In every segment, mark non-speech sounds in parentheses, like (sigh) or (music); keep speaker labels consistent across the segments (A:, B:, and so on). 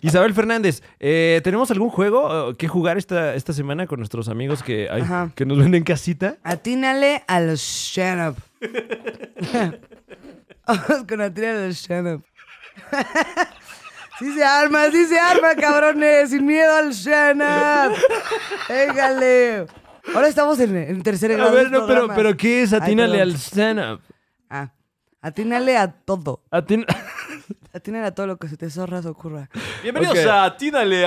A: Isabel Fernández, eh, ¿tenemos algún juego eh, que jugar esta, esta semana con nuestros amigos que, ay,
B: Ajá.
A: que nos venden casita?
B: Atínale a los shut up. Vamos con atínale a los shut up. sí se arma, sí se arma, cabrones. Sin miedo al shut up. Végale. Ahora estamos en, en tercer
A: A
B: grado.
A: ver,
B: del
A: no, pero,
B: programa.
A: pero ¿qué es?
B: Ay,
A: Atínale
B: perdón.
A: al stand-up.
B: Ah, atínale a todo.
A: Atín- (laughs)
B: Atínale a todo lo que se te zorras ocurra.
C: Bienvenidos
A: Ok.
C: a Tínale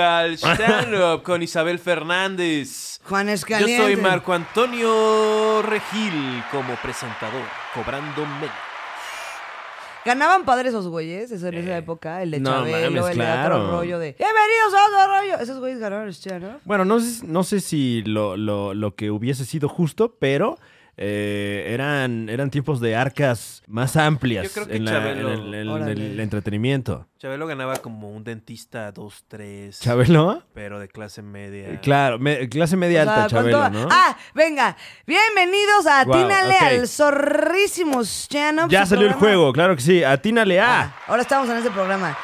A: (laughs)
C: al Stand-Up con Isabel Fernández.
B: Juan
C: Yo
B: Escaliente.
C: soy Marco Antonio Regil como presentador, cobrando menos.
B: Ganaban padres esos güeyes, eso en esa época, el de
A: Eh, no
B: Chabelo,
A: mames,
B: el de
A: claro.
B: otro rollo de ¡Bienvenidos a otro rollo! Esos güeyes ganaron el shut up.
A: Bueno, no sé, no sé si lo, lo- lo que hubiese sido justo, pero eh, eran, eran tiempos de arcas más amplias
C: Yo creo que
A: en, la-
C: Chabelo.
A: en el, en el-
B: Órale.
A: en el entretenimiento.
C: Chabelo ganaba como un dentista 2-3.
A: ¿Chabelo?
C: Pero de clase media.
A: Eh, Claro, me- clase media
B: O sea,
A: alta, Chabelo,
B: ¿cuánto-
A: ¿no?
B: Ah, venga. Bienvenidos a
A: Guau,
B: Atínale
A: ok.
B: al zorrísimo stand Up,
A: ya
B: su
A: salió el
B: pues, programa-
A: juego, claro que sí. Atínale a.
B: Ah, ahora estamos en este programa.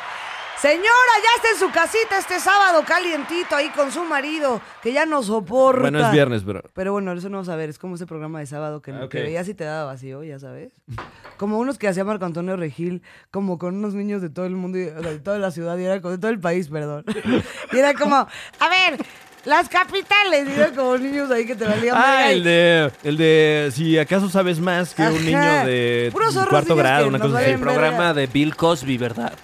B: Señora, ya está en su casita este sábado calientito ahí con su marido, que ya nos soporta.
A: Bueno, es viernes, pero.
B: Pero bueno, eso no vamos a ver, es como ese programa de sábado que,
A: Ah, ok.
B: que veías y te daba vacío, ya sabes. Como unos que hacía Marco Antonio Regil, como con unos niños de todo el mundo, y, o sea, de toda la ciudad, y era co- de todo el país, perdón. Y era como, a ver, las capitales, y eran como niños ahí que te valían.
A: Ah,
B: verga y-
A: el de, el de si acaso sabes más que un niño
B: Ajá.
A: de
B: Puros zorros
A: cuarto
B: niños
A: grado,
B: que
A: una
B: nos
A: cosa así.
C: El
B: valen
C: programa
B: verga.
C: de Bill Cosby, ¿verdad?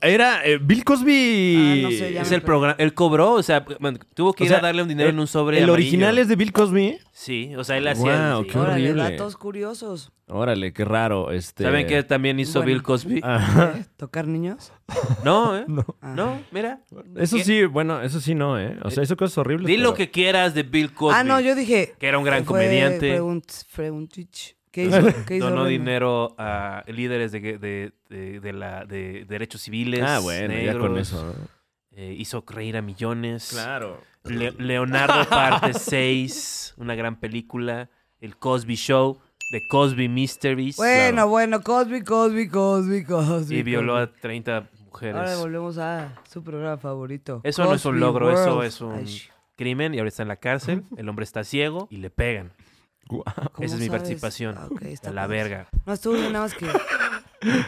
A: Era eh, Bill Cosby.
B: Ah, no sé, ya
C: Es
B: me
C: el
B: perdí.
C: programa. Él cobró, o sea, man, tuvo que
A: O
C: ir
A: sea,
C: a darle un dinero
A: el-
C: en un sobre.
A: El
C: amarillo.
A: original es de Bill Cosby.
C: Sí, o sea, él hacía.
A: Guau,
C: sí.
A: qué
B: Órale,
A: horrible.
B: datos curiosos.
A: Órale, qué raro. Este...
C: ¿Saben qué también hizo
B: Bueno.
C: Bill Cosby?
A: Ajá.
B: ¿Tocar niños?
C: No, ¿eh?
A: Ah. (laughs) No.
C: No, mira.
A: Eso sí, bueno, eso sí no, ¿eh? O sea, hizo cosas horribles.
C: Di lo
A: pero-
C: que quieras de Bill Cosby.
B: Ah, no, yo dije...
C: Pues Que era un gran
B: fue
C: comediante.
B: Freunt- Freuntich. ¿Qué hizo? ¿Qué hizo
C: Donó
B: Remy?
C: dinero a líderes de, de, de- de la, de derechos civiles.
A: Ah, bueno, ya con
C: negros.
A: eso. ¿no?
C: Eh, hizo reír a millones.
A: Claro.
C: Le- Leonardo parte (laughs) 6, una gran película. El Cosby Show, The Cosby Mysteries.
B: Bueno,
A: Claro.
B: bueno, Cosby, Cosby, Cosby, Cosby.
C: y violó
B: Cosby.
C: a 30
B: Ahora
C: mujeres.
B: volvemos a su programa favorito.
C: Eso no es un
B: Cosby
C: logro, eso
B: World.
C: es un (laughs)
B: Ay, sh-
C: crimen y ahora está en la cárcel. El hombre está ciego y le pegan.
B: ¿cómo
C: Esa es mi
B: sabes?
C: participación.
B: Ah, ok, está
C: a la
B: padre.
C: verga.
B: No estuvo bien, nada
A: (laughs)
B: más que.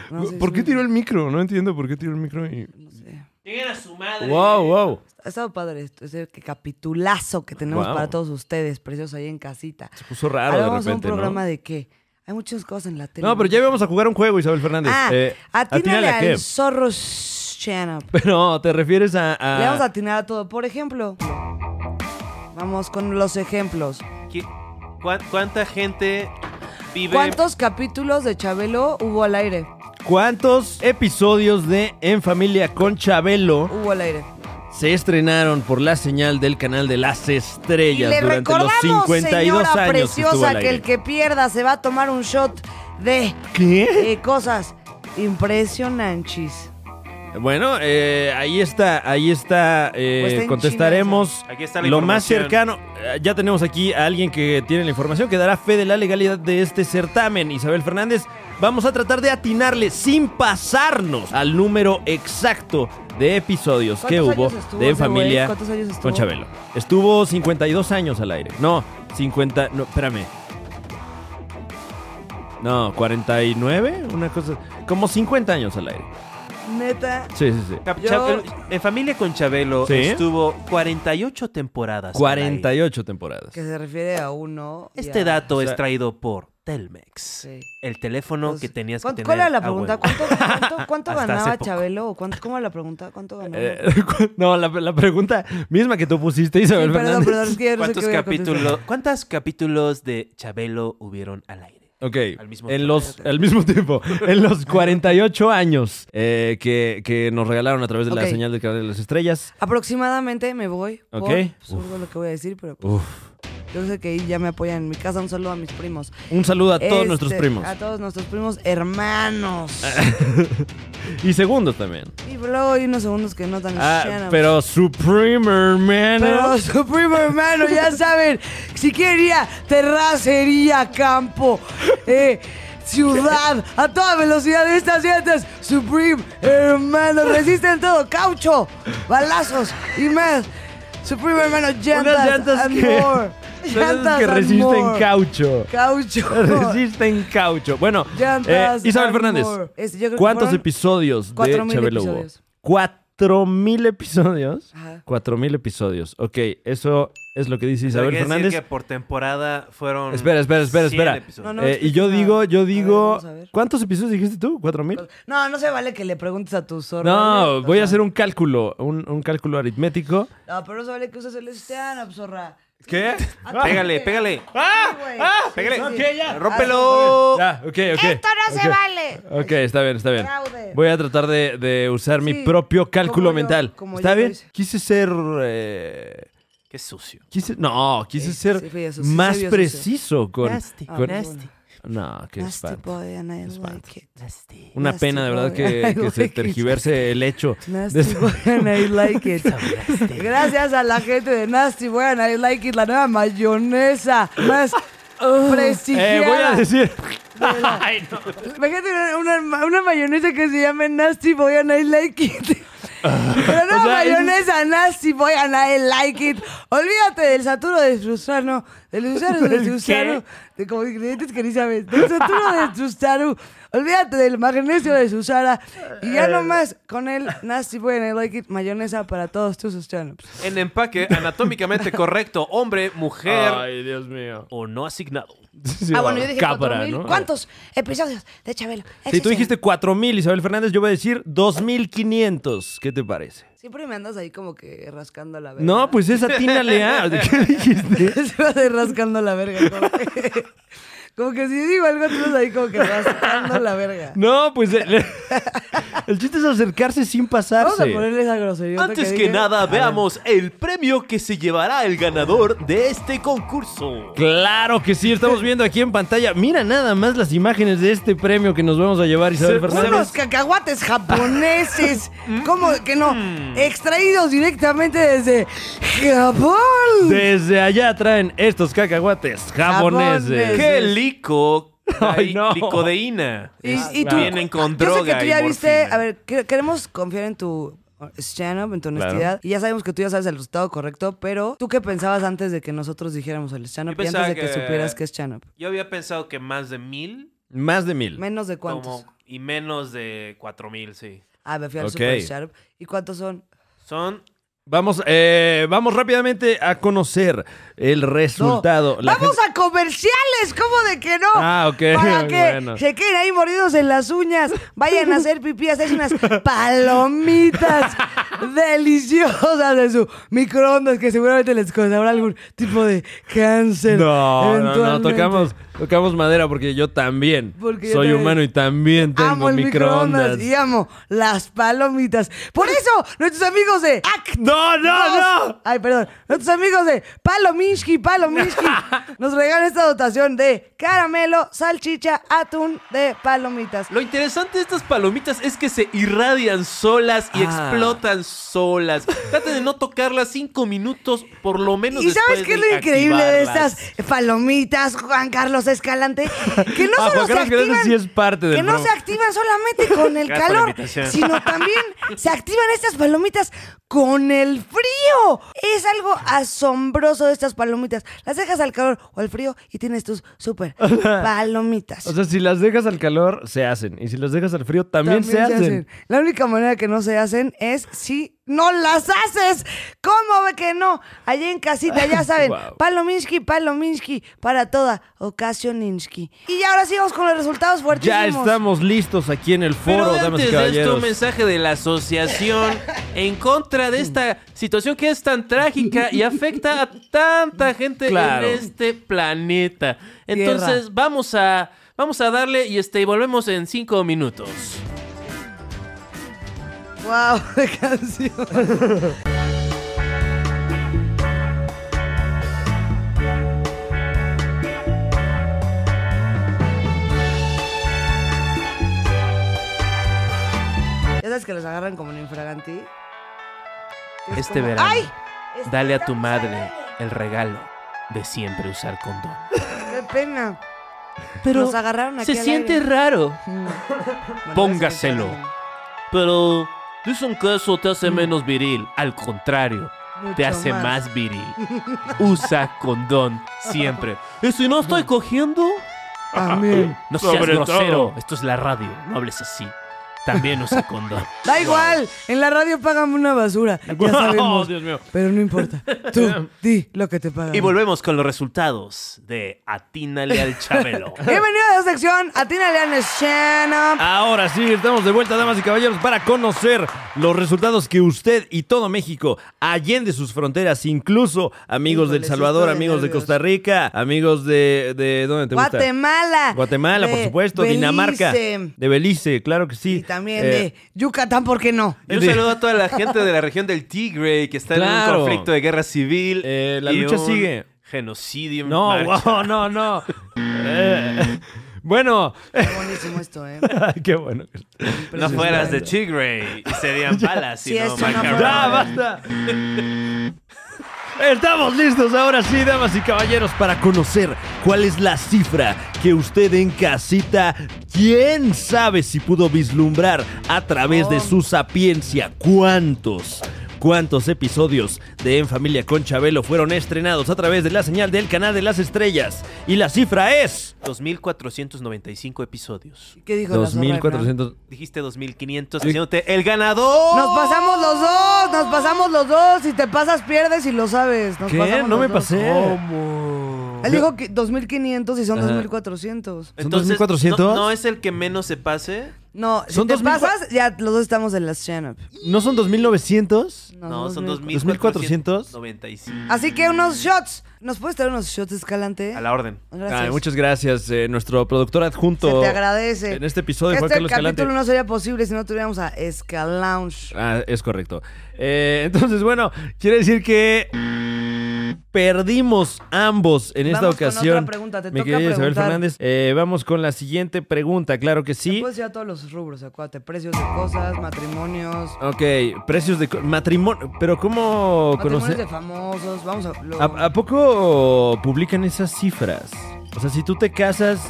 B: no sé,
A: ¿Por
B: es
A: qué
B: un-
A: tiró el micro? No entiendo por qué tiró el micro y...
B: No sé.
C: Lleguen a su madre.
A: Wow, wow.
B: Ha estado padre esto, ese que capitulazo que tenemos
A: Guau.
B: para todos ustedes, preciosos ahí en casita.
A: Se puso
B: Ahora
A: raro de
B: vamos
A: repente,
B: a un
A: ¿no?
B: programa de qué? Hay muchas cosas en la tele.
A: No, pero ya íbamos a jugar un juego, Isabel Fernández.
B: Ah,
A: Eh,
B: atínale
A: ¿atínale a qué?
B: al zorro Shannon.
A: Pero te refieres a... a-
B: Le
C: Ah.
B: vamos a atinar a todo. Por ejemplo, vamos con los ejemplos.
C: ¿Qui- cuán- ¿Cuánta gente vive?
B: ¿Cuántos capítulos de Chabelo hubo al aire?
A: ¿Cuántos episodios de En Familia con Chabelo
B: Hubo al aire.
A: se estrenaron por la señal del canal de las estrellas durante los 52
B: señora
A: años que estuvo
B: preciosa,
A: al aire?
B: que, el que pierda se va a tomar un shot de
A: ¿Qué?
B: (laughs) eh, cosas impresionantes.
A: Bueno, eh, ahí está, ahí está. eh,
B: Pues está en
A: contestaremos
C: China, Aquí está la
A: lo más
C: información.
A: cercano. Eh, Ya tenemos aquí a alguien que tiene la información que dará fe de la legalidad de este certamen. Isabel Fernández, vamos a tratar de atinarle sin pasarnos al número exacto de episodios que
B: ¿Cuántos
A: hubo
B: años estuvo
A: de En
B: ese güey?
A: Familia
B: ¿Cuántos años estuvo?
A: con Chabelo. Estuvo 52 años al aire. No, 50. No, espérame. No, 49, una cosa. Como 50 años al aire.
B: Neta.
A: Sí, sí, sí.
C: Cap-
B: Yo-
C: Chabelo- en familia con Chabelo
A: Sí.
C: estuvo 48 temporadas. al
A: 48 temporadas.
B: Que se refiere a uno.
C: aire.
B: y
C: Este
B: a-
C: dato
A: O sea-
C: es traído por Telmex.
B: Sí.
C: El teléfono que tenías que
B: ¿Cuánto-
C: tener.
B: ¿Cuál era la
C: a
B: pregunta?
C: huevo.
B: ¿Cuánto,
C: (laughs)
B: cuánto- cuánto
C: Hasta hace
B: ganaba
C: poco.
B: Chabelo? ¿O cuánto, ¿Cómo era la pregunta? ¿Cuánto
A: (laughs)
B: ganaba?
A: Eh, (laughs) no, la, la pregunta misma que tú pusiste,
C: (laughs)
B: Sí,
A: Isabel
B: perdón,
A: Fernández.
B: perdón, es que ya no sé
C: ¿Cuántos
B: qué voy a
C: capítulos,
B: contestar.
C: ¿Cuántos capítulos de Chabelo hubieron al aire?
A: Ok,
C: Al mismo
A: en
C: tiempo.
A: los, al mismo tiempo, en
B: (laughs)
A: los 48 años eh, que, que nos regalaron a través de
B: Ok.
A: la señal del canal de las estrellas.
B: Aproximadamente me voy. Por
A: Ok.
B: absurdo lo que voy a decir, pero
A: Uf.
B: yo sé que ahí ya me apoyan en mi casa. Un saludo a mis primos.
A: Un saludo a todos
B: Este,
A: nuestros primos.
B: A todos nuestros primos
A: (laughs)
B: hermanos.
A: Y segundos también.
B: y luego hay unos segundos que no tan
A: Ah,
B: chianos.
A: pero Supreme hermano.
B: Pero (laughs) su primo hermano, ya saben, si quería terracería, campo, eh, ciudad a toda velocidad de estas dientes. Supreme, hermano, resisten todo. Caucho, balazos y más. Supreme, hermano,
A: (laughs)
B: llantas
A: Unas llantas
B: and
A: que-
B: more.
A: Son
B: Llantas
A: esas que
B: and
A: resisten
B: more.
A: caucho.
B: Caucho.
A: (laughs) Resisten caucho. Bueno,
B: Llantas
A: eh, Isabel
B: and
A: Fernández,
B: more. Este, yo creo que
A: ¿cuántos
B: fueron-
A: episodios de
B: cuatro mil
A: Chabelo hubo?
B: episodios.
A: ¿Cuatro mil episodios?
B: Ajá.
A: Cuatro mil episodios. Ok, eso es lo que dice
C: Isabel
A: Isabel Fernández.
C: que por temporada fueron.
A: Espera, espera, espera,
C: 100
A: espera.
C: episodios.
B: No, no,
A: Eh,
B: es que
A: y yo
B: está-
A: digo, yo
B: A ver,
A: digo,
B: vamos a ver.
A: ¿cuántos episodios dijiste tú? ¿Cuatro mil?
B: No, no se vale que le preguntes a tus zorros.
A: No, voy a hacer un cálculo, un, un cálculo aritmético.
B: No, pero no se vale que uses el esteano, pues, zorra.
A: ¿Qué?
B: Ah,
C: Pégale,
B: sí.
C: pégale.
B: ¡Ah! güey. Sí,
C: Pégale.
B: sí, sí.
A: Ok, ya.
C: ¡Rómpelo!
A: Ya, ok, ok.
B: Esto no se
A: ok.
B: vale.
A: Ok, está bien, está bien.
B: Fraude.
A: Voy a tratar de, de usar mi
B: Sí,
A: propio cálculo
B: como yo,
A: mental.
B: como
A: ¿Está
B: yo lo
A: bien?
B: hice.
A: Quise ser... eh,
C: Qué sucio.
A: quise, no, quise
B: Sí,
A: ser
B: sí, fue eso, sí,
A: más
B: se vio sucio.
A: preciso con...
B: Ah,
A: con-
B: bueno.
A: No, qué
B: Nasty
A: espanto.
B: boy and I
A: Espanto.
B: like it.
A: Una
B: Nasty
A: pena, de verdad,
B: boy. (laughs)
A: que,
B: I
A: que se
B: like it.
A: tergiverse el hecho.
B: Nasty boy and I
A: (laughs)
B: like it. Gracias a la gente de Nasty boy and I like it, la nueva mayonesa más prestigiada.
A: Eh, voy a decir... (laughs)
B: Imagínate una, una- una mayonesa que se llame Nasty Boy and I Like It. Pero no
A: O sea,
B: mayonesa Nasty Boy and I Like It. Olvídate del saturo de Susano, del Susano de
A: ¿Del
B: Susano, de como ingredientes que ni sabes. Del saturo de Susano, olvídate del magnesio de Susana y
A: Eh.
B: ya nomás con el Nasty Boy and I Like It mayonesa para todos tus Susanos.
C: En empaque anatómicamente correcto, hombre, mujer
A: Ay, Dios mío.
C: o no asignado.
B: Ah, bueno, yo dije
A: Cabra,
B: 4000.
A: ¿no?
B: ¿Cuántos episodios de Chabelo?
A: Si tú
B: existen?
A: dijiste 4000, Isabel Fernández, yo voy a decir 2500. ¿Qué te parece?
B: Siempre me andas ahí como que rascando la verga.
A: No, pues esa Tina
B: (laughs)
A: Leal. ¿Qué dijiste?
B: Se va a ir rascando la verga. Como que, (laughs) como que si digo algo, tú estás ahí como que rascando la verga.
A: No, pues el, (laughs) el chiste es acercarse sin pasarse.
B: Vamos a ponerle esa grosería.
C: Antes que nada, veamos el premio que se llevará el ganador de este concurso.
A: Claro que sí, estamos viendo aquí en pantalla. Mira nada más las imágenes de este premio que nos vamos a llevar, Isabel
C: Se-
A: Fernández.
B: Unos cacahuates
C: (laughs)
B: japoneses. Mm. ¿Cómo que no?
C: Mm.
B: Extraídos directamente desde Japón.
A: Desde allá traen estos cacahuates japoneses.
B: Japoneses. (laughs)
C: ¡Qué lico!
A: Ay, no.
C: Licodeína.
B: Y, y
A: claro.
B: tú,
C: Vienen con
B: yo
C: droga.
B: sé que tú
C: y
B: ya viste,
C: morfina.
B: a ver, que- queremos confiar en tu stand-up, en tu honestidad. Y ya sabemos que tú ya sabes el resultado correcto, pero ¿tú qué pensabas antes de que nosotros dijéramos el stand-up
C: Yo
B: y antes
C: pensaba
B: de que,
C: que-
B: supieras que es stand-up?
C: Yo había pensado que más de mil
A: Más de mil.
B: Menos de cuántos.
C: como- y menos de cuatro mil, sí.
B: Ah, me fui al
A: Ok.
B: Super Sharp. ¿Y cuántos son?
C: Son
A: Vamos, eh, vamos rápidamente a conocer el resultado.
B: No.
A: La
B: ¡Vamos
A: gente-
B: a comerciales! ¿Cómo de que no?
A: Ah, ok, (laughs)
B: Para que
A: bueno.
B: se queden ahí mordidos en las uñas. Vayan a hacer pipí, a hacer unas palomitas
A: (laughs)
B: deliciosas de su microondas que seguramente les causará algún tipo de cáncer.
A: No, no, no,
B: eventualmente.
A: tocamos, tocamos madera porque yo también
B: Porque yo
A: soy
B: también
A: humano y también tengo
B: Amo el
A: microondas.
B: microondas y amo las palomitas. Por eso, nuestros amigos de Act
A: No, no,
B: Dos.
A: ¡Ah, no.
B: Ay, perdón. Nuestros amigos de Palominsky, Palominsky,
A: (laughs)
B: nos regalan esta dotación de caramelo, salchicha, atún de palomitas.
C: Lo interesante de estas palomitas es que se irradian solas
A: Ah.
C: y explotan solas. Traten de no tocarlas cinco minutos, por lo menos.
B: ¿Y sabes
C: después
B: qué es
C: de
B: lo increíble de
C: activarlas.
B: estas palomitas, Juan Carlos Escalante? Que no
A: (laughs) Ah,
B: solo
A: Juan Carlos
B: se
A: Escalante
B: activan,
A: sí es parte del
B: que no
A: programa.
B: se activan solamente con el
C: Gracias por la
B: calor,
C: invitación.
B: sino también se activan estas palomitas con el frío. Es algo asombroso de estas palomitas. Las dejas al calor o al frío y tienes tus
A: (laughs)
B: súper palomitas.
A: O sea, si las dejas al calor, se hacen. Y si las dejas al frío, también, se, hacen.
B: La única manera que no se hacen es si no las haces. ¿Cómo ve que no? Allá en
A: (laughs)
B: casita, ya saben.
A: Guau.
B: Palominsky, Palominsky, para toda Ocasioninsky. Y ahora sí vamos con los resultados
A: Ya
B: fuertísimos.
A: estamos listos aquí en el
C: Pero
A: foro,
C: de
A: damas y
C: antes de esto, un
A: caballeros.
C: mensaje de la asociación en contra de esta situación que es tan trágica y afecta a tanta gente
A: Claro.
C: en este planeta. Entonces,
B: Tierra.
C: vamos a vamos a darle y este y volvemos en cinco minutos.
B: Wow, (laughs) qué canción. Ya sabes que los agarran como en infraganti. Es
C: Este
B: como-
C: verano,
B: ¡Ay!
C: dale a tu
B: Estamos
C: madre
B: al aire.
C: el regalo de siempre usar condón.
B: ¡Qué pena!
C: Pero
B: Nos agarraron aquí
C: se
B: al
C: siente
B: aire.
C: raro.
B: Mm. Bueno, eso
C: Póngaselo.
B: me suena
C: Pero dicen que eso te hace menos viril. Al contrario, te
B: mucho
C: hace más viril. Usa condón siempre. Y si no estoy cogiendo,
B: También.
C: no seas
D: Sobre
C: grosero.
D: todo.
C: Esto es la radio, no hables así. También usa condón.
B: Da igual. En la radio pagan una basura. Ya
A: (laughs) Oh,
B: sabemos.
A: Dios mío.
B: Pero no
A: (laughs)
B: importa. Tú, di lo que te pagan.
C: Y volvemos con los resultados de Atínale al (laughs) Chabelo.
B: Bienvenido a la sección. Atínale a
A: Ah,
B: Shannon.
A: Ahora sí, estamos de vuelta, damas y caballeros, para conocer los resultados que usted y todo México, allende sus fronteras, incluso amigos
B: Híjole,
A: del Salvador,
B: sí estoy
A: amigos de
B: nervioso.
A: Costa Rica, amigos de, de ¿dónde te gusta?
B: Guatemala.
A: Guatemala, por
B: de
A: supuesto, Dinamarca,
B: Belice,
A: de Belice, claro que sí.
B: Y también
A: Eh,
B: de Yucatán, ¿por qué
A: (laughs)
B: no?
D: Y un
A: Sí.
D: saludo a toda la gente de la región del Tigre que está en
A: Claro.
D: un conflicto de guerra civil.
A: Eh, la
D: y
A: lucha
D: un
A: sigue.
D: Genocidio. en
A: No,
D: marcha.
A: (laughs) wow, no, no. Eh, bueno,
B: Está buenísimo esto, ¿eh?
A: (laughs) qué bueno.
D: No fueras de Tigre y
C: (laughs)
D: serían balas,
B: Sí,
D: sino
B: esto no
D: macarrones.
A: ¡Ya,
B: fuera-
A: basta! Estamos listos ahora sí, damas y caballeros, para conocer cuál es la cifra que usted en casita, quién sabe si pudo vislumbrar a través de su sapiencia cuántos. ¿Cuántos episodios de En Familia con Chabelo fueron estrenados a través de la señal del canal de las estrellas? Y la cifra es...
D: 2.495 episodios.
B: ¿Qué dijo la zorra, Hernán?
A: 2400...
D: Dijiste 2.500 haciéndote el ganador.
B: Nos pasamos los dos, nos pasamos los dos. Si te pasas, pierdes y lo sabes. Nos
A: ¿Qué?
B: pasamos
A: No
B: los
A: me
B: dos. Oh.
A: pasé.
B: Él dijo que 2.500 y son
A: Ajá.
B: 2.400.
A: ¿Son 2400?
D: No, no es el que menos se pase.
B: No, si
A: Son
B: te
A: 2000
B: pasas, ya los dos estamos en las Shannon.
A: ¿No son 2900?
D: No, son
A: 2400.
D: 2.495.
B: Así que unos shots. ¿Nos puedes traer unos shots, Escalante?
D: A la orden.
B: Gracias.
A: Ay, muchas gracias, eh, nuestro productor adjunto.
B: Se te agradece.
A: En este episodio,
B: este
A: Juan Carlos
B: capítulo
A: Escalante.
B: no sería posible si no tuviéramos a Escalounge.
A: Ah, es correcto. Eh, entonces, bueno, quiere decir que perdimos ambos en esta
B: Vamos con
A: ocasión.
B: otra pregunta, te
A: mi
B: toca
A: querida Isabel
B: preguntar.
A: Fernández. Eh, vamos con la siguiente pregunta, claro que sí.
B: Puedes ir a todos los rubros, acuérdate. Precios de cosas, matrimonios,
A: Ok, precios de co- matrimonio. Pero ¿cómo
B: matrimonios
A: conocer?
B: de famosos. Vamos a... lo-
A: ¿A, a poco publican esas cifras? O sea, si tú te casas,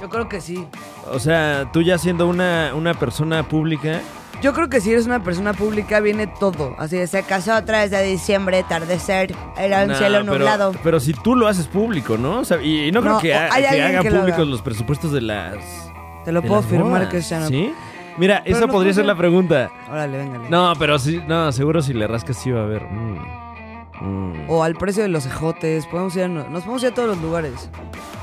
B: Yo creo que sí.
A: o sea, tú ya siendo una, una persona pública.
B: Yo creo que si eres una persona pública viene todo. Así de, se casó a través de diciembre, atardecer, era un
A: No,
B: cielo
A: pero-
B: nublado.
A: Pero, si tú lo haces público, ¿no? O sea, y, y no creo
B: No,
A: que,
B: o-
A: ha-
B: hay
A: que
B: alguien
A: hagan
B: que lo
A: públicos
B: haga.
A: los presupuestos de las.
B: Te lo
A: de
B: puedo
A: las
B: firmar
A: bodas,
B: que es Shannon.
A: ¿Sí? Mira,
B: Pero
A: esa
B: no
A: podría
B: funciona.
A: ser la pregunta.
B: Órale, véngale.
A: No, pero sí, no, seguro si le rascas sí va a haber. mm, mm.
B: O al precio de los ejotes, podemos ir a- nos podemos ir a todos los lugares.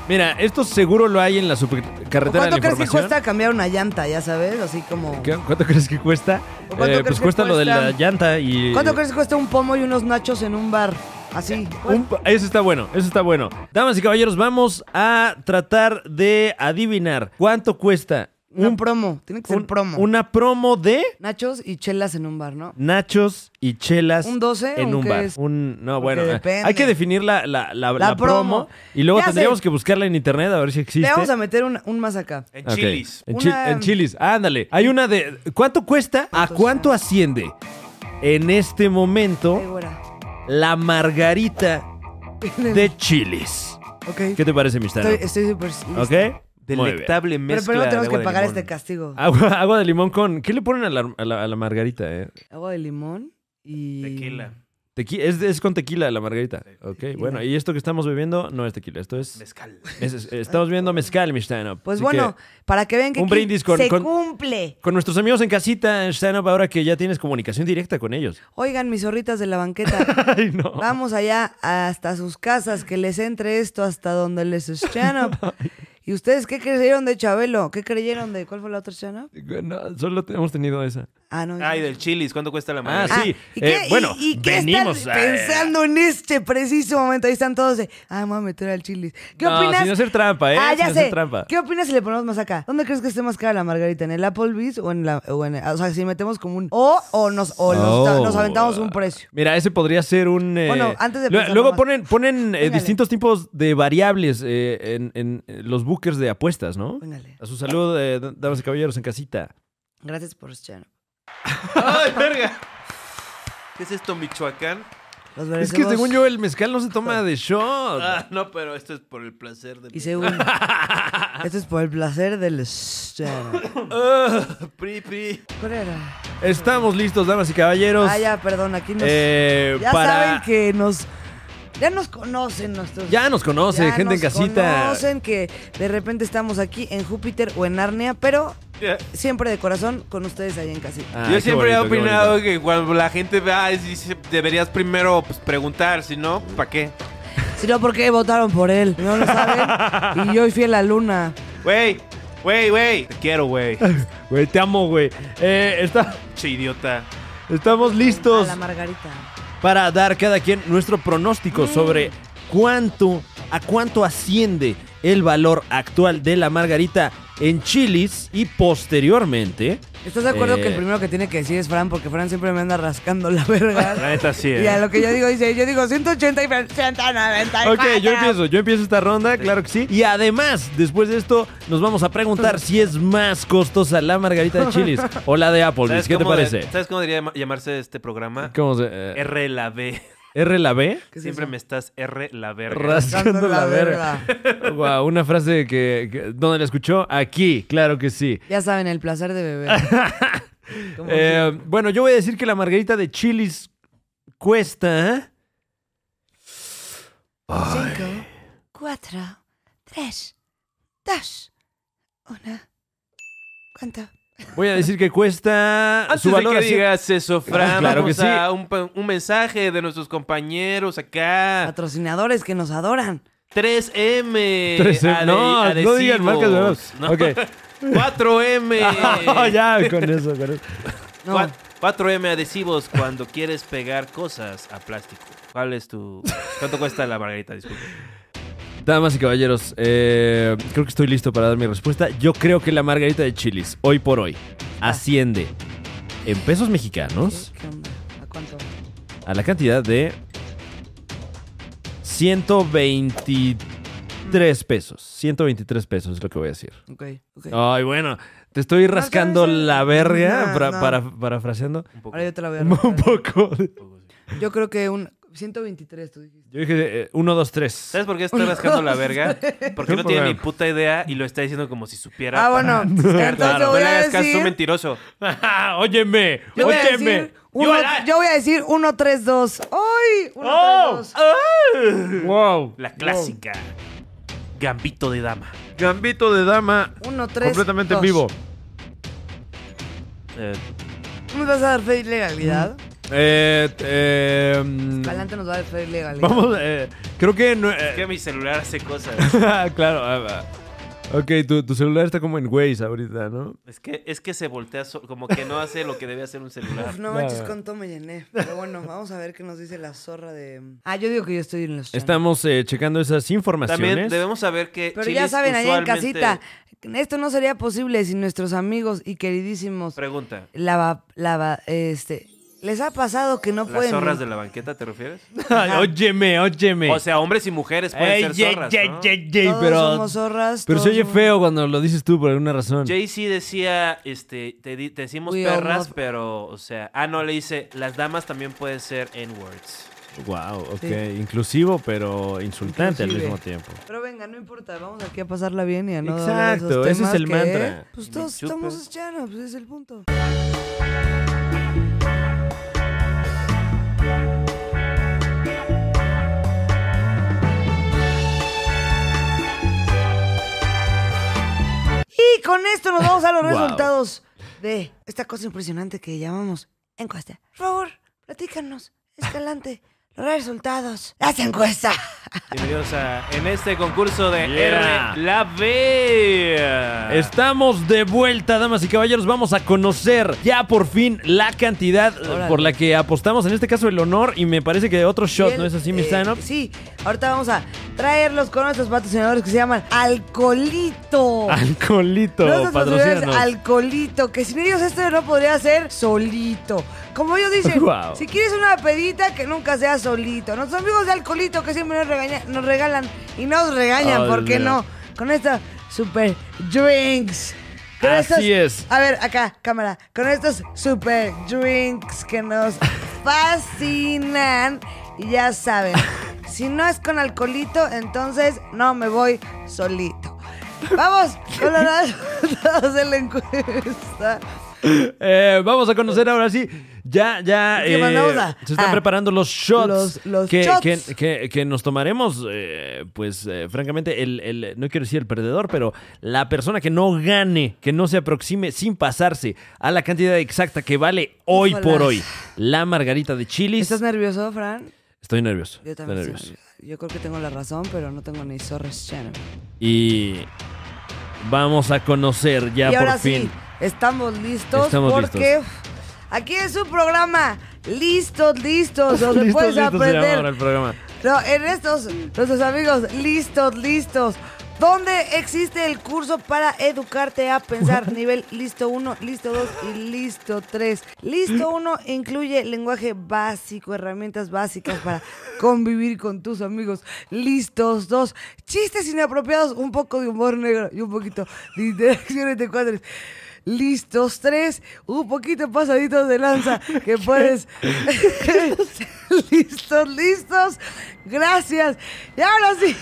A: Mira, esto seguro lo hay en la
B: ¿O
A: supercarretera de la
B: ¿Cuánto crees que
A: información.
B: cuesta cambiar una llanta, ya sabes? Así como...
A: ¿Qué? ¿Cuánto crees que cuesta?
B: ¿O cuánto crees
A: pues
B: que
A: cuesta lo de
B: cuesta?
A: la llanta y.
B: ¿Cuánto crees que cuesta un pomo y unos nachos en un bar? Así.
A: Un pa- eso está bueno, eso está bueno. Damas y caballeros, vamos a tratar de adivinar cuánto cuesta
B: Un,
A: un
B: promo. Tiene que ser
A: Un-
B: promo.
A: Una promo de
B: Nachos y chelas en un bar, ¿no?
A: nachos y chelas.
B: ¿Un 12
A: En
B: o
A: un
B: qué
A: bar.
B: es?
A: Un- no,
B: Porque
A: bueno. eh,
B: depende.
A: Hay que definir la, la, la-
B: La
A: la promo.
B: promo.
A: Y luego
B: Ya
A: tendríamos
B: sé.
A: que buscarla en internet a ver si existe.
B: Le vamos a meter un, un más acá.
D: En
A: Ok.
D: chilis.
A: En, chi-
B: Una-
A: en chilis. Ándale. Hay una de. ¿Cuánto cuesta? ¿A cuánto asciende? En este
B: Ay,
A: momento,
B: güera.
A: la margarita de chilis.
B: (laughs) Ok.
A: ¿Qué te parece, mi Stano?
B: Estoy estoy súper...
A: ¿Ok? Muy bien.
D: Delectable
B: Pero
D: mezcla
B: primero tenemos
D: de
B: que
D: agua de
B: pagar
D: limón.
B: este castigo.
A: Agua, agua de limón con. ¿Qué le ponen a la, a la- a la margarita? eh?
B: Agua de limón y...
D: Tequila.
A: Tequi- es, es con tequila la margarita. Ok, bueno, y esto que estamos bebiendo no es tequila, esto es.
D: Mezcal.
A: es- es- estamos viendo mezcal, mi Steinup.
B: Pues
A: Así
B: bueno,
A: que,
B: para que vean que
A: un
B: aquí
A: brindis con-
B: se
A: con-
B: cumple.
A: con nuestros amigos en casita, Steinup, ahora que ya tienes comunicación directa con ellos.
B: Oigan, mis zorritas de
A: (laughs)
B: la banqueta,
A: Ay, no.
B: vamos allá hasta sus casas, que les entre esto hasta donde les es Chanop.
A: (laughs)
B: ¿Y ustedes qué creyeron de Chabelo? ¿Qué creyeron de cuál fue la otra Chanop?
A: No, solo te- hemos tenido esa.
B: Ah, no.
D: Ay, del chilis. ¿Cuánto cuesta la
A: Ah,
D: margarita?
A: sí.
B: ¿y
A: Eh,
B: qué-
A: bueno,
B: y- y qué
A: venimos eh.
B: están
A: a-
B: pensando en este preciso momento? Ahí están todos de, ah, me voy a meter al chilis. ¿Qué
A: No,
B: opinas?
A: sin hacer trampa, ¿eh?
B: Ah, ya
A: Sin
B: sé.
A: hacer trampa.
B: ¿Qué opinas si le ponemos más acá? ¿Dónde crees que esté más cara la margarita? ¿En el Applebee's o en la... O, en- o sea, si metemos como un... O, o, nos, o nos-
A: Oh.
B: nos aventamos un precio.
A: Mira, ese podría ser un. eh,
B: Bueno, antes de
A: lu-
B: pensarlo
A: Luego
B: más.
A: ponen, ponen eh,
B: Véngale.
A: distintos tipos de variables eh, en, en, eh, los bookers de apuestas, ¿no?
B: Véngale.
A: A su salud, eh, d- damas y caballeros en casita.
B: Gracias por Chanop.
D: (laughs) ¡Ay, verga! ¿Qué es esto, Michoacán?
B: Los
A: Es que
B: merecemos.
A: según yo, el mezcal no se toma de shot.
B: Ah.
A: (laughs)
D: Ah, no, pero esto es por el placer de...
B: Y según... Esto es por el placer del estar.
D: (laughs)
A: Pri, pri.
B: ¿Cuál era?
A: Estamos listos, damas y caballeros.
B: Ah, ya, perdón, aquí nos.
A: eh,
B: ya
A: para...
B: saben que nos. Ya nos conocen nuestros.
A: Ya nos conoce,
B: Ya
A: gente en
B: nos
A: casita.
B: Conocen que de repente estamos aquí en Júpiter o en Arnea, pero siempre de corazón con ustedes ahí en casita.
A: Ah,
C: Yo
A: qué
C: siempre he
A: bonito, qué
C: opinado
A: bonito.
C: que cuando la gente vea, dice, deberías primero pues, preguntar, si no, ¿para qué?
A: Ah.
B: Si no, ¿por qué votaron por él? No
A: (laughs)
B: lo saben. y yo fui a la luna.
C: Güey, güey, güey. Te quiero, (laughs) güey.
A: Güey, te amo, güey. Eh, está-
C: Che idiota.
A: estamos
B: A
A: listos
B: la Margarita.
A: para dar cada quien nuestro pronóstico
C: Mm.
A: sobre cuánto, a cuánto asciende el valor actual de la margarita en chilis y posteriormente.
B: ¿Estás de acuerdo
A: Eh.
B: que el primero que tiene que decir es Fran? Porque Fran siempre me anda rascando
A: (laughs)
B: la verga.
C: neta sí, eh.
B: y a lo que yo digo, dice, yo digo 180 y Fran 194.
A: Ok, yo empiezo, yo empiezo esta ronda, claro que sí. Y además, después de esto, nos vamos a preguntar si es más costosa la margarita de (laughs) chilis o la de Applebee's. ¿Qué te
C: cómo de-
A: parece?
C: ¿Sabes cómo debería llama- llamarse este programa?
A: ¿Cómo se, eh,
C: R la B.
A: ¿R la B?
B: ¿Qué es
C: Siempre
B: eso?
C: me estás R la verga.
A: Rascando la verga. Guau, una frase que, que- ¿Dónde la escuchó? Aquí, claro que sí.
B: Ya saben, el placer de beber. Como
A: Eh, bueno, yo voy a decir que la margarita de chilis cuesta... ¿eh?
B: Cinco, cuatro, tres, dos, una. ¿Cuánto?
A: Voy a decir que cuesta...
C: Antes
A: su valor
C: de que
A: así-
C: digas eso, Fran,
A: Claro
C: vamos
A: que sí.
C: a un, pa- un mensaje de nuestros compañeros
A: Ah,
C: acá.
B: Patrocinadores que nos adoran.
C: 3M.
A: Tres- no, no digan marcas de
C: eh,
A: verdad.
C: adhesivos, ¿no? (laughs) Eh.
A: Ok. (laughs) Ah,
C: 4M.
A: ya, con eso, con eso.
B: No.
C: Cua- 4M adhesivos cuando (laughs) quieres pegar cosas a plástico. ¿Cuál es tu...? ¿Cuánto cuesta la margarita? Disculpe.
A: Damas y caballeros, eh, creo que estoy listo para dar mi respuesta. Yo creo que la margarita de chilis, hoy por hoy, asciende en pesos mexicanos
B: ¿Qué onda? ¿A cuánto?
A: a la cantidad de 123 pesos. 123 pesos es lo que voy a decir.
B: Ok, ok.
A: Ay, bueno, te estoy rascando
B: sabes,
A: la
B: eh,
A: verga,
B: no,
A: para,
B: no.
A: para- parafraseando.
C: Un poco.
B: Ahora yo te la voy a
A: Un (laughs)
B: regalar.
A: poco.
B: Yo creo que un 123, tú dijiste.
A: Yo dije eh, 1, 2,
C: (laughs)
A: 3.
C: ¿Sabes por
B: (laughs)
C: qué está rascando la verga? Porque no
A: Por
C: tiene
A: ver.
C: ni puta idea y lo está diciendo como si supiera.
B: Ah,
C: (laughs) para-
B: bueno. (laughs) Entonces
C: Claro, no
B: voy
C: le
B: a
C: hagas caso, es un
B: decir.
C: mentiroso.
A: Óyeme,
B: Yo voy a
A: óyeme.
B: decir. uno- yo voy a decir 132. ¡Ay!
A: ¡Oh!
B: 132.
A: Wow.
C: La clásica. Gambito de dama.
A: Gambito de dama
B: Uno, tres,
A: completamente en
B: dos.
A: vivo.
C: Eh,
B: ¿No ¿Nos vas a dar fe y legalidad?
A: Eh, eh, mm,
B: Adelante nos va a dar fe y legalidad.
A: vamos, eh, creo que... No,
C: es
A: eh,
C: que mi celular hace cosas.
A: (laughs) claro. ah, ah. ok, tu, tu celular está como en Waze ahorita, ¿no?
C: Es que, es que se voltea so- como que no hace lo que debe hacer un celular.
B: Uf, no
A: Nada.
B: manches, cuánto me llené. Pero bueno, vamos a ver qué nos dice la zorra de. Ah, yo digo que yo estoy en los. chan.
A: Estamos eh, checando esas informaciones.
C: También debemos saber que.
B: Pero ya
C: chiles
B: saben, allá en
C: usualmente-
B: casita, esto no sería posible sin nuestros amigos y queridísimos.
C: Pregunta.
B: Lava, lava, este. ¿Les ha pasado que no
C: ¿Las
B: pueden.
C: zorras de la banqueta te refieres?
A: (laughs) Ay, óyeme, óyeme.
C: O sea, hombres y mujeres pueden
A: Ey,
C: ser
A: ye,
C: zorras,
A: ye,
C: ¿no?
A: ye, ye,
B: Todos
A: pero,
B: somos zorras.
A: pero se
B: todos
A: oye
B: somos-
A: feo cuando lo dices tú por alguna razón.
C: Jay-Z decía, este, te, di- te decimos
B: We all
C: perras,
B: love-
C: pero, o sea, ah, no, le dice, las damas también pueden ser N-words.
A: Wow, ok.
B: Sí.
A: Inclusivo, pero insultante
B: Inclusive.
A: al mismo tiempo.
B: Pero venga, no importa, vamos aquí a pasarla bien y a no. hablar de
A: Exacto,
B: esos
A: ese es
B: temas
A: el
B: que,
A: mantra.
B: Pues
C: Y me
B: todos
C: chupas.
B: estamos chanos, pues es el punto. Y con esto nos vamos
A: (laughs)
B: a los
A: Wow.
B: resultados de esta cosa impresionante que llamamos encuesta. Por favor, platícanos, Escalante, los resultados. ¡Las encuesta!
C: Bienvenidos a, en este concurso de
A: Yeah.
C: R, la B.
A: Estamos de vuelta, damas y caballeros. Vamos a conocer ya por fin la cantidad eh,
B: Órale.
A: por la que apostamos, en este caso el honor, y me parece que de otro shot,
B: Bien,
A: ¿no es así, mi
B: eh,
A: stand-up?
B: Sí, ahorita vamos a traerlos con nuestros patrocinadores que se llaman Alcolito.
A: Alcolito,
B: Nuestros patrocinadores
A: patrocínanos.
B: Alcolito, que sin ellos esto no podría ser solito. Como ellos
A: (laughs)
B: dicen,
A: Guau.
B: si quieres una pedita, que nunca sea solito. Nuestros amigos de Alcolito que siempre nos, regaña- nos regalan y nos regañan,
A: Ay,
B: ¿por qué
A: Dios mío.
B: no? Con estos super drinks. Con estos-
A: Así es.
B: a ver, acá, cámara. Con estos super drinks que nos fascinan. Y
A: (laughs)
B: ya saben, si no es con alcoholito, entonces no me voy solito. Vamos con los resultados (laughs) de la encuesta.
A: Eh, vamos a conocer ahora sí. Ya, ya.
B: ¿Qué
A: eh,
B: mandamos a-
A: se están
B: a-
A: preparando los shots.
B: Ah, Los- los
A: que,
B: shots.
A: Que, que- que nos tomaremos, eh, pues, eh, francamente, el, el- no quiero decir el perdedor, pero la persona que no gane, que no se aproxime sin pasarse a la cantidad exacta que vale hoy
B: Híjole.
A: por hoy la margarita de chilis.
B: ¿Estás nervioso, Fran?
A: Estoy nervioso.
B: Yo
A: estoy
B: también. estoy
A: nervioso.
B: nerviosa. Yo creo que tengo la razón, pero no tengo ni zorros channel.
A: Y vamos a conocer ya
B: y
A: por
B: ahora
A: fin.
B: sí, estamos listos
A: Estamos
B: porque aquí es un programa listos,
A: (laughs)
B: listos, donde
A: Listos,
B: puedes
A: listos se llama
B: aprender.
A: ahora el programa.
B: No, en estos, nuestros amigos, listos, listos. ¿Dónde existe el curso para educarte a pensar? Nivel listo 1, listo 2 y listo 3. Listo 1 incluye lenguaje básico, herramientas básicas para convivir con tus amigos. Listos 2, chistes inapropiados, un poco de humor negro y un poquito de interacciones de cuadros. Listos tres, un poquito pasaditos
A: (laughs)
B: de lanza que puedes. listos, listos. Gracias. Y ahora sí,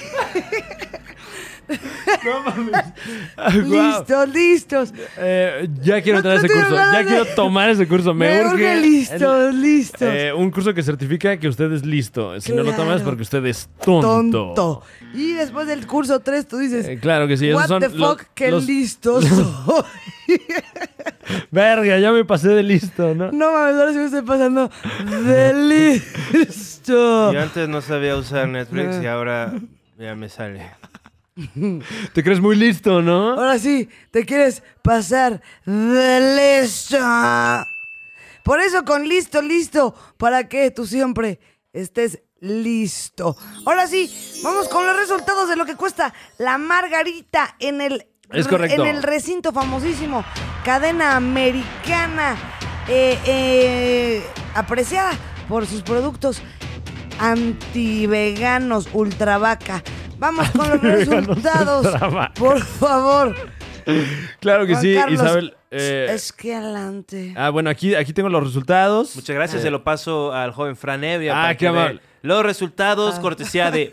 A: Ay, (laughs) guau.
B: listos, listos.
A: Eh, ya quiero
B: No,
A: entrar a
B: no
A: ese
B: tengo
A: curso.
B: ganas
A: Ya
B: de-
A: quiero tomar ese curso. Me,
B: Me urge listos, listos.
A: Eh, un curso que certifica que usted es listo. Si no lo
B: Claro.
A: tomas es porque usted es tonto.
B: Tonto. Y después del curso tres, tú dices.
A: Eh, claro que sí. Esos
B: What
A: son
B: the
A: los-
B: fuck, qué
A: los- (laughs)
B: listos soy". (laughs)
A: Verga, ya me pasé de listo, ¿no?
B: No mames, ahora sí me estoy pasando
A: (laughs)
B: de listo.
D: Yo antes no sabía usar Netflix y ahora ya me sale.
A: Te crees muy listo, ¿no?
B: Ahora sí, te quieres pasar de listo. Por eso con listo, listo, para que tú siempre estés listo. Ahora sí, vamos con los resultados de lo que cuesta la margarita en el,
A: Es correcto.
B: En el recinto famosísimo, cadena americana, eh, eh, apreciada por sus productos antiveganos, ultra vaca. Vamos con los resultados.
A: ultravaca.
B: Por favor.
A: Claro que
B: Juan
A: sí,
B: Carlos,
A: Isabel. eh,
B: Es que adelante.
A: Ah, bueno, aquí, aquí tengo los resultados.
D: Muchas gracias, se lo paso al joven Fran Evia.
A: Ah,
D: para
A: qué
D: que vea
A: amable.
D: Los resultados, cortesía de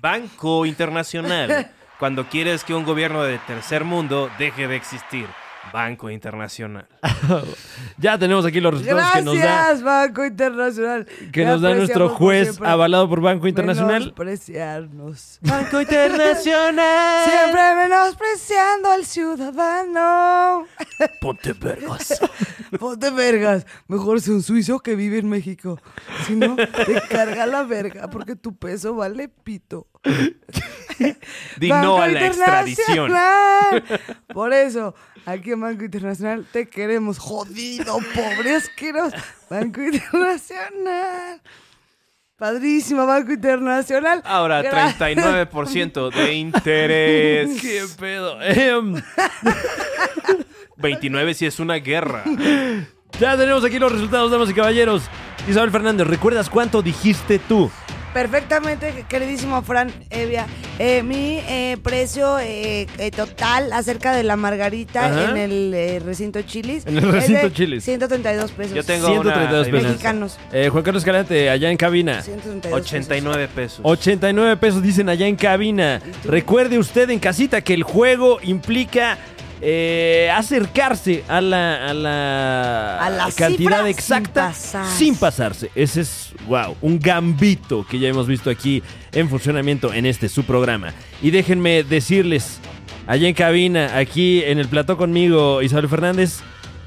D: Banco Internacional. Cuando quieres que un gobierno de tercer mundo deje de existir. Banco Internacional.
A: Ya tenemos aquí los resultados que nos da,
B: Gracias, Banco Internacional.
A: que nos da nuestro juez avalado por Banco Internacional.
B: Menospreciarnos.
D: Banco
A: (laughs)
D: Internacional.
B: Siempre menospreciando al ciudadano. (laughs)
D: Ponte vergas.
B: Ponte vergas. Mejor sea un suizo que vive en México. Si no, te carga la verga porque tu peso vale pito.
D: Di
B: Banco
D: no a la extradición. (laughs)
B: Internacional. Por eso, aquí en Banco Internacional te queremos jodido, pobre asqueroso. Banco Internacional. Padrísimo Banco Internacional.
D: Ahora,
B: Gracias.
D: 39% de interés.
A: (laughs) ¿Qué pedo? Em,
D: 29 si es una guerra.
A: Ya tenemos aquí los resultados, damas y caballeros. Isabel Fernández, ¿recuerdas cuánto dijiste tú?
B: Perfectamente, queridísimo Fran Evia. Eh, mi eh, precio eh, eh, total acerca de la margarita
A: Ajá.
B: en el eh, recinto Chilis.
A: En el
B: es de
A: recinto Chilis.
B: 132 pesos.
D: Yo tengo
A: 132
D: una
A: pesos.
B: Mexicanos.
A: Eh, Juan Carlos Escalante, allá en cabina.
B: 132 pesos.
D: 89 pesos.
A: 89 pesos dicen allá en cabina. Recuerde usted en casita que el juego implica eh, acercarse a la, a la,
B: A la
A: cantidad
B: cifra
A: exacta
B: sin pasarse.
A: sin pasarse. Ese es, wow, un gambito que ya hemos visto aquí en funcionamiento en este su programa. Y déjenme decirles, allá en cabina, aquí en el plató conmigo, Isabel Fernández.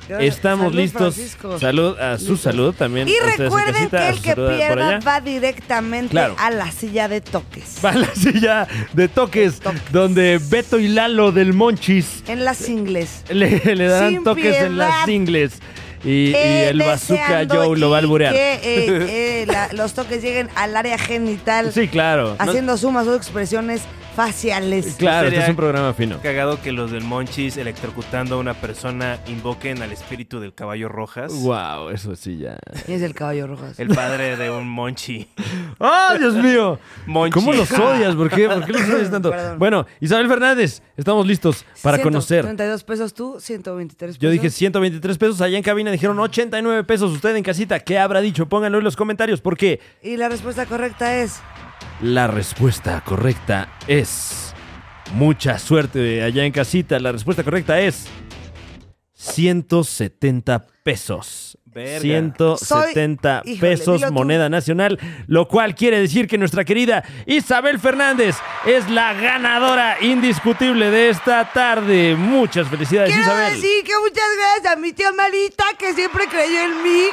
B: Gracias.
A: Estamos
B: Salud,
A: listos.
B: Francisco.
A: Salud a su
B: Listos.
A: salud también.
B: Y
A: a ustedes en casita,
B: recuerden que
A: a
B: el
A: su
B: que
A: salud por
B: pierda
A: allá.
B: va directamente
A: Claro.
B: a la silla de toques.
A: Va a la silla de toques,
B: toques.
A: donde Beto y Lalo del Monchis
B: En las ingles.
A: le, le darán
B: Sin
A: toques en
B: piedad.
A: las ingles. Y, y
B: Eh,
A: el bazooka
B: deseando
A: Joe lo va a
B: y
A: alburear.
B: Que
A: (laughs)
B: eh, eh, la- los toques lleguen al área genital,
A: Sí, claro.
B: haciendo sumas o expresiones faciales.
A: claro, este
D: sería-
A: es un programa fino.
D: Cagado que los del Monchis electrocutando a una persona invoquen al espíritu del caballo Rojas.
A: Wow, eso sí ya.
B: Y es el caballo rojo.
D: El padre de un Monchi.
A: ¡Ah, Dios mío!
D: Monchi.
A: ¿Cómo los odias? ¿Por qué, ¿Por qué los odias tanto?
B: (laughs) Perdón.
A: Bueno, Isabel Fernández, estamos listos para conocer
B: 32 pesos tú, 123 pesos.
A: Yo dije 123 pesos, allá en cabina dijeron 89 pesos. Usted en casita, ¿qué habrá dicho? Pónganlo en los comentarios porque
B: Y la respuesta correcta es...
A: la respuesta correcta es Mucha suerte allá en casita. La respuesta correcta es 170 pesos.
D: Verga.
A: 170
B: Soy- Híjole,
A: pesos
B: dilo tú.
A: moneda nacional, lo cual quiere decir que nuestra querida Isabel Fernández es la ganadora indiscutible de esta tarde. Muchas felicidades,
B: Quiero
A: Isabel.
B: decir que muchas gracias a mi tía Marita, que siempre creyó en mí.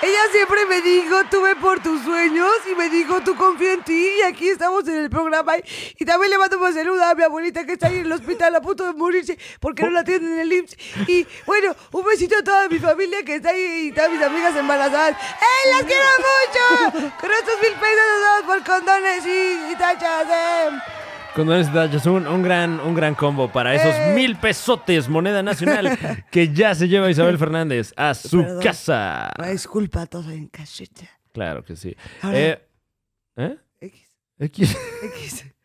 B: Ella siempre me dijo, tú ve por tus sueños, y me dijo, tú confía en ti, y aquí estamos en el programa. Y, y también le mando un saludo a mi abuelita, que está ahí en el hospital a punto de morirse, porque no la tienen en el IMSS. Y, bueno, un besito a toda mi familia, que está ahí, y todas mis amigas embarazadas. ¡Eh, las quiero mucho! Con estos mil pesos nos vamos por condones y, y tachas, eh.
A: Condones de Dachas, un, un gran, un gran combo para esos
B: ¡Eh!
A: mil pesotes moneda nacional que ya se lleva Isabel Fernández a su
B: Perdón.
A: casa.
B: Una disculpa a todos en casita.
A: Claro que sí.
B: Ahora-
A: Eh, ¿eh?
B: X,
A: Aquí- (laughs)
B: X.